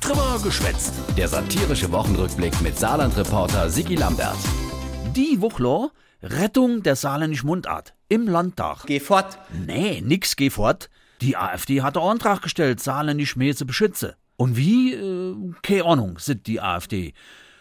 Trimmer geschwätzt. Der satirische Wochenrückblick mit Saarland-Reporter Sigi Lambert. Die Wuchler, Rettung der saarländischen Mundart im Landtag. Geh fort. Nee, nix geh fort. Die AfD hatte Antrag gestellt, saarländisch Mäße beschütze. Und wie? Äh, keine Ahnung, sind die AfD.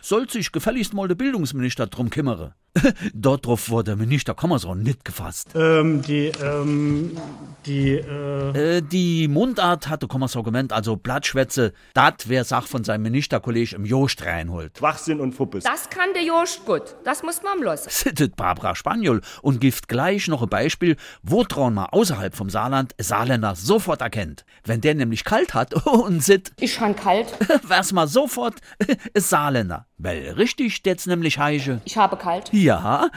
Soll sich gefälligst mal der Bildungsminister drum kümmere. Dort drauf wurde der Minister Kommerson nicht gefasst. Ähm, die, ähm, die, äh, Äh, die Mundart hatte Kommerson gemeint, also Blattschwätze, dat wär Sach von seinem Ministerkolleg im Jost reinholt. Schwachsinn und Fuppes. Das kann der Jost gut. Das muss man lassen. Sittet Barbara Spaniol und gibt gleich noch ein Beispiel, wo Traun mal außerhalb vom Saarland Saarländer sofort erkennt. Wenn der nämlich kalt hat und sit, Ich han kalt. wär's mal sofort Saarländer. Weil richtig, jetzt nämlich heiche. Ich habe kalt. Ja,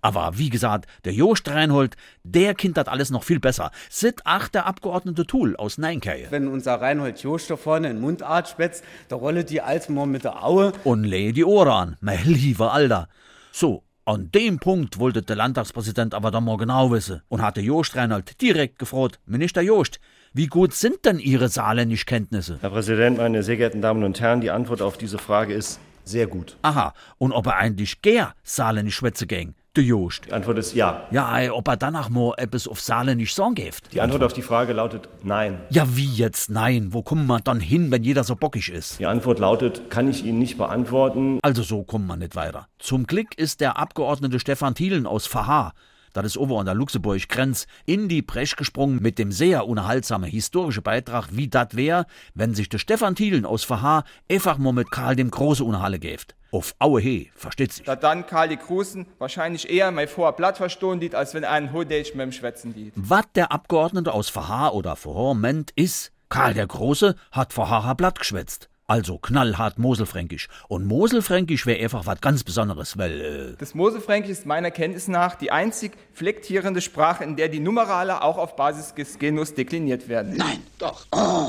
aber wie gesagt, der Jost Reinhold, der Kind hat alles noch viel besser. Sit acht der Abgeordnete Thul aus Neinkei. Wenn unser Reinhold Josch da vorne in Mundart spätzt, da rolle die Altmoor mit der Aue. Und leh die Ohren an, mein lieber Alter. So, an dem Punkt wollte der Landtagspräsident aber dann mal genau wissen und hatte Jost Reinhold direkt gefragt, Minister Jost, wie gut sind denn Ihre saarländischen Kenntnisse? Herr Präsident, meine sehr geehrten Damen und Herren, die Antwort auf diese Frage ist sehr gut. Aha, und ob er eigentlich gär saarländisch schwätze gäng, der Jost. Die Antwort ist ja. Ja, ei, ob er danach mal etwas auf saarländisch sagen gibt. Die Antwort auf die Frage lautet nein. Ja, wie jetzt? Nein, wo kommen wir dann hin, wenn jeder so bockig ist? Die Antwort lautet, kann ich Ihnen nicht beantworten. Also so kommt man nicht weiter. Zum Glück ist der Abgeordnete Stefan Thielen aus Fahar, das ist ober an der Luxemburg Grenz, in die Bresch gesprungen mit dem sehr unerhaltsamen historischen Beitrag, wie dat wär, wenn sich der Stefan Thielen aus Fahar einfach mal mit Karl dem Große unhalle gäft. Auf Aue he, versteht sich. Da dann Karl die Großen wahrscheinlich eher mein vor Blatt verstohlen liegt, als wenn ein Hodelch mit dem Schwätzen liegt. Wat der Abgeordnete aus Fahar oder Fahar meint ist, Karl der Große hat Faharer Blatt geschwätzt. Also knallhart Moselfränkisch. Und Moselfränkisch wär einfach wat ganz Besonderes, weil, äh, Das Mosefränkisch ist meiner Kenntnis nach die einzig flektierende Sprache, in der die Numerale auch auf Basis des Genus dekliniert werden.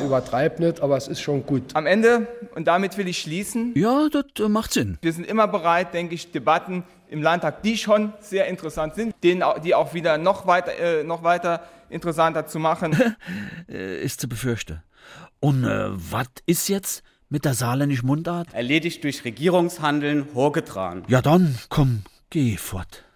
übertreibt nicht, aber es ist schon gut. Am Ende, und damit will ich schließen, ja, das äh, macht Sinn. wir sind immer bereit, denke ich, Debatten im Landtag, die schon sehr interessant sind, denen, au- die auch wieder noch weiter, äh, noch weiter interessanter zu machen. ist zu befürchten. Und äh, was ist jetzt mit der saarländischen Mundart? Erledigt durch Regierungshandeln, hochgetragen. Ja dann, komm, geh fort.